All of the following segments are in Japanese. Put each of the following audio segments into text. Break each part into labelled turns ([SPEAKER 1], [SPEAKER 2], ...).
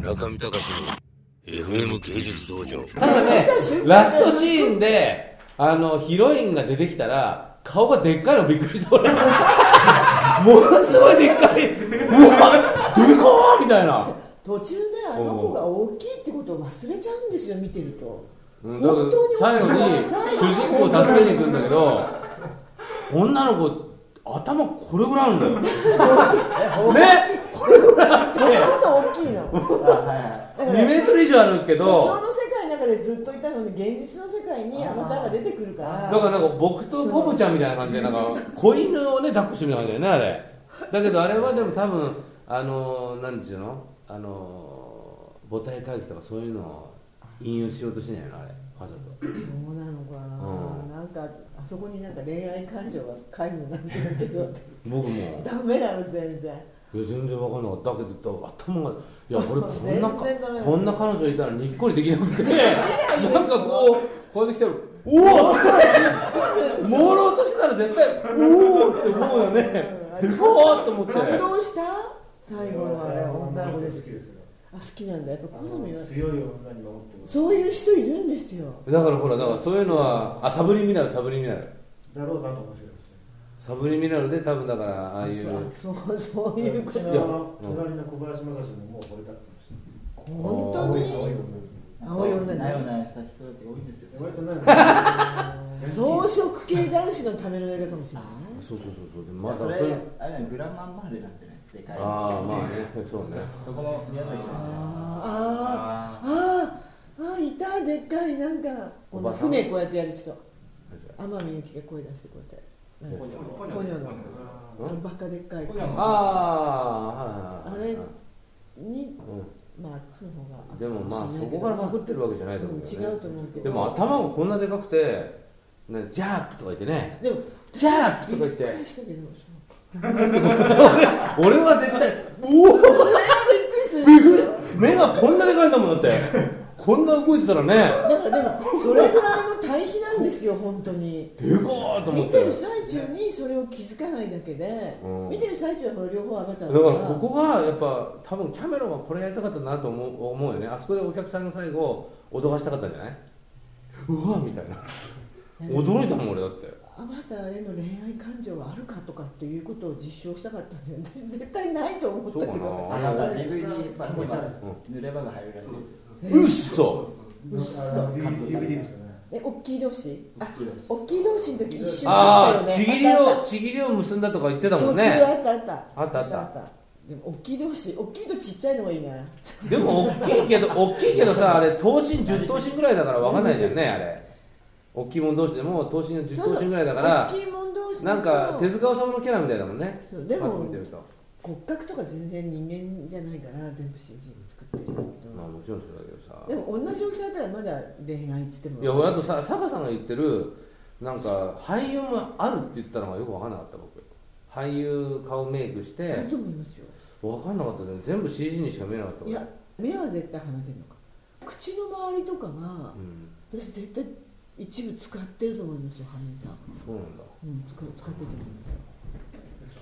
[SPEAKER 1] 中見隆の FM 芸術道場
[SPEAKER 2] ただね、ラストシーンで、あの、ヒロインが出てきたら、顔がでっかいのびっくりした、 俺。ものすごいでっかい。うわ、でかーみたいな。
[SPEAKER 3] 途中であの子が大きいってことを忘れちゃうんですよ見てると
[SPEAKER 2] うんだから
[SPEAKER 3] 本当に
[SPEAKER 2] 最後に
[SPEAKER 3] 大きい
[SPEAKER 2] 主人公を助けに行くんだけど、女の子、頭これぐらいあるんだよ。 ねこれぐらいあっ
[SPEAKER 3] もとも
[SPEAKER 2] て、
[SPEAKER 3] と大きい のだから
[SPEAKER 2] 2メートル以上あるけ
[SPEAKER 3] 理想
[SPEAKER 2] ど、
[SPEAKER 3] の世界の中でずっといたのに現実の世界にアバターが出てくるから
[SPEAKER 2] だからなんか僕とポムちゃんみたいな感じでなんか子犬をね抱っこしてるみたいな感じだよねあれだけどあれはでも多分あのー、なんていうのあのー、母体回帰とかそういうのを引用しようとしてないのあれわざと
[SPEAKER 3] そうなのかな、
[SPEAKER 2] うん
[SPEAKER 3] なんかあそこになんか恋愛感情が皆無なんですけ ど
[SPEAKER 2] 僕もいや
[SPEAKER 3] ダメなの全然
[SPEAKER 2] 全然わかんなかっただけど頭がいや俺こんなか
[SPEAKER 3] 全然ダメだ
[SPEAKER 2] こんな彼女 いたらにっこりできなくてなんかこうこうやってきたらおお朦朧としてたら絶対おおって思うよねでかーって思って
[SPEAKER 3] 感動した最後のあれ女の子で
[SPEAKER 4] 好きです
[SPEAKER 3] あ好きなんだやっぱ好みは
[SPEAKER 4] 強い女に守ってます
[SPEAKER 3] そういう人いるんですよ
[SPEAKER 2] だからほらだからそういうのはあサブリミナルサブリミナル
[SPEAKER 4] だろうなと面白いですね
[SPEAKER 2] サブリミナルで多分だからああいう
[SPEAKER 3] そうそうそういうこ
[SPEAKER 4] うち
[SPEAKER 3] と
[SPEAKER 4] の隣の小林正史ももう惚れたって
[SPEAKER 3] 本当
[SPEAKER 4] 言っ
[SPEAKER 3] に
[SPEAKER 4] てました青い女に
[SPEAKER 3] 青い女に
[SPEAKER 5] ないよなした人たちが多いんですよ。
[SPEAKER 4] 割となんか
[SPEAKER 3] 草食系男子のための映画かもしれない
[SPEAKER 2] そうそうそうそうでまだ
[SPEAKER 5] そ
[SPEAKER 2] そう
[SPEAKER 5] れ
[SPEAKER 2] いう
[SPEAKER 5] あれだよグランマンバーレなんじゃない世界。
[SPEAKER 2] ああまあねそうね
[SPEAKER 5] そこの宮崎の
[SPEAKER 3] あーあーあーいたでっかいなんかこの船こうやってやる人天海祐希が声出してこうやってなんかポニョの
[SPEAKER 2] うん
[SPEAKER 3] バカでっかい
[SPEAKER 5] ポニョの
[SPEAKER 2] ああはいはいはい
[SPEAKER 3] あに
[SPEAKER 2] う
[SPEAKER 3] まああっちの方が
[SPEAKER 2] んでもまあそこからパクってるわけじゃないと思うけどね
[SPEAKER 3] うん違うと思うけど
[SPEAKER 2] でも頭がこんなでかくてねジャークとか言って ね
[SPEAKER 3] でも
[SPEAKER 2] ジャークとか言っ
[SPEAKER 3] びっく
[SPEAKER 2] て
[SPEAKER 3] りしたけどそう
[SPEAKER 2] 俺は絶対おお
[SPEAKER 3] これはびっくりするんですよ
[SPEAKER 2] 目がこんなでかいんだもんだってこんな動いてたらね
[SPEAKER 3] だからでもそれぐらいの対比なんですよ本当に
[SPEAKER 2] でかーと思っ
[SPEAKER 3] 見
[SPEAKER 2] て
[SPEAKER 3] てる最中にそれを気づかないだけで、
[SPEAKER 2] うん
[SPEAKER 3] 見てる最中はこの両方アバタ
[SPEAKER 2] だ
[SPEAKER 3] ー
[SPEAKER 2] か
[SPEAKER 3] だ
[SPEAKER 2] ら
[SPEAKER 3] から
[SPEAKER 2] ここがやっぱ多分キャメロンはこれやりたかったなと思う思うよねあそこでお客さんが最後脅かしたかったんじゃないうわみたいな驚いたもん俺だって
[SPEAKER 3] アバターへの恋愛感情はあるかとかっていうことを実証したかったんだよね私絶対ないと思ったけ
[SPEAKER 2] そう
[SPEAKER 3] ど
[SPEAKER 2] か
[SPEAKER 5] あなんか DVD まあ
[SPEAKER 4] うん
[SPEAKER 5] 濡れ場が入るらしいです。
[SPEAKER 2] うっそ
[SPEAKER 4] DVD でしたね
[SPEAKER 3] えおっきい同士あ
[SPEAKER 5] そうです
[SPEAKER 3] おっきい同士の時一瞬
[SPEAKER 2] ああ
[SPEAKER 3] ったよね
[SPEAKER 2] ちぎり
[SPEAKER 3] あっ
[SPEAKER 2] を
[SPEAKER 3] た
[SPEAKER 2] ちぎりを結んだとか言ってた
[SPEAKER 3] あった
[SPEAKER 2] もん
[SPEAKER 3] 途中あ
[SPEAKER 2] ね
[SPEAKER 3] ったあった
[SPEAKER 2] あったあった
[SPEAKER 3] でもおっきい同士おっきいとちっちゃいのがいいな
[SPEAKER 2] でも大きい けど大きいけどさあれ頭身10頭身ぐらいだから分かんないじゃんねあれ大きいもん同士でも頭身が10頭身ぐらいだから
[SPEAKER 3] おっきいもん同士だ
[SPEAKER 2] な
[SPEAKER 3] と
[SPEAKER 2] んか手塚治虫のキャラみたいだもんね
[SPEAKER 3] そうで
[SPEAKER 2] パッと
[SPEAKER 3] も
[SPEAKER 2] 見てると
[SPEAKER 3] 骨格とか全然人間じゃないから全部 CG で作ってるけど、
[SPEAKER 2] まあもちろんそうだけどさ
[SPEAKER 3] でも同じ大きさだったらまだ恋愛っつっても
[SPEAKER 2] いや俺あとさ坂さんが言ってるなんか俳優もあるって言ったのがよく分かんなかった僕俳優顔メイクして
[SPEAKER 3] あると思いますよ
[SPEAKER 2] 分かんなかったですね全部 CG にしか見えなかった
[SPEAKER 3] いや目は絶対離れてるのか口の周りとかが
[SPEAKER 2] 俺うん
[SPEAKER 3] 私絶対一部使ってると思いますよ俳優さん、
[SPEAKER 2] そうなんだ
[SPEAKER 3] うん、使使ってると思いますよ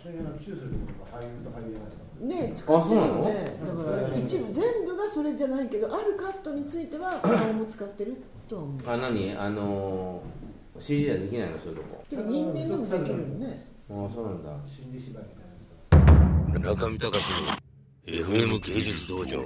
[SPEAKER 4] それがチューするとか俳優と俳優じゃないです
[SPEAKER 3] ね使
[SPEAKER 4] か
[SPEAKER 3] ってるよね
[SPEAKER 4] あそうなの
[SPEAKER 3] だから一部全部がそれじゃないけどあるカットについては顔も使ってるとは思う
[SPEAKER 2] あ何あのー、CG じゃできないのそういうとこ
[SPEAKER 3] でも人間でもできるよね
[SPEAKER 2] ああそうなんだ
[SPEAKER 4] 心理芝居みたいなやつ
[SPEAKER 1] 中見隆の FM 芸術道場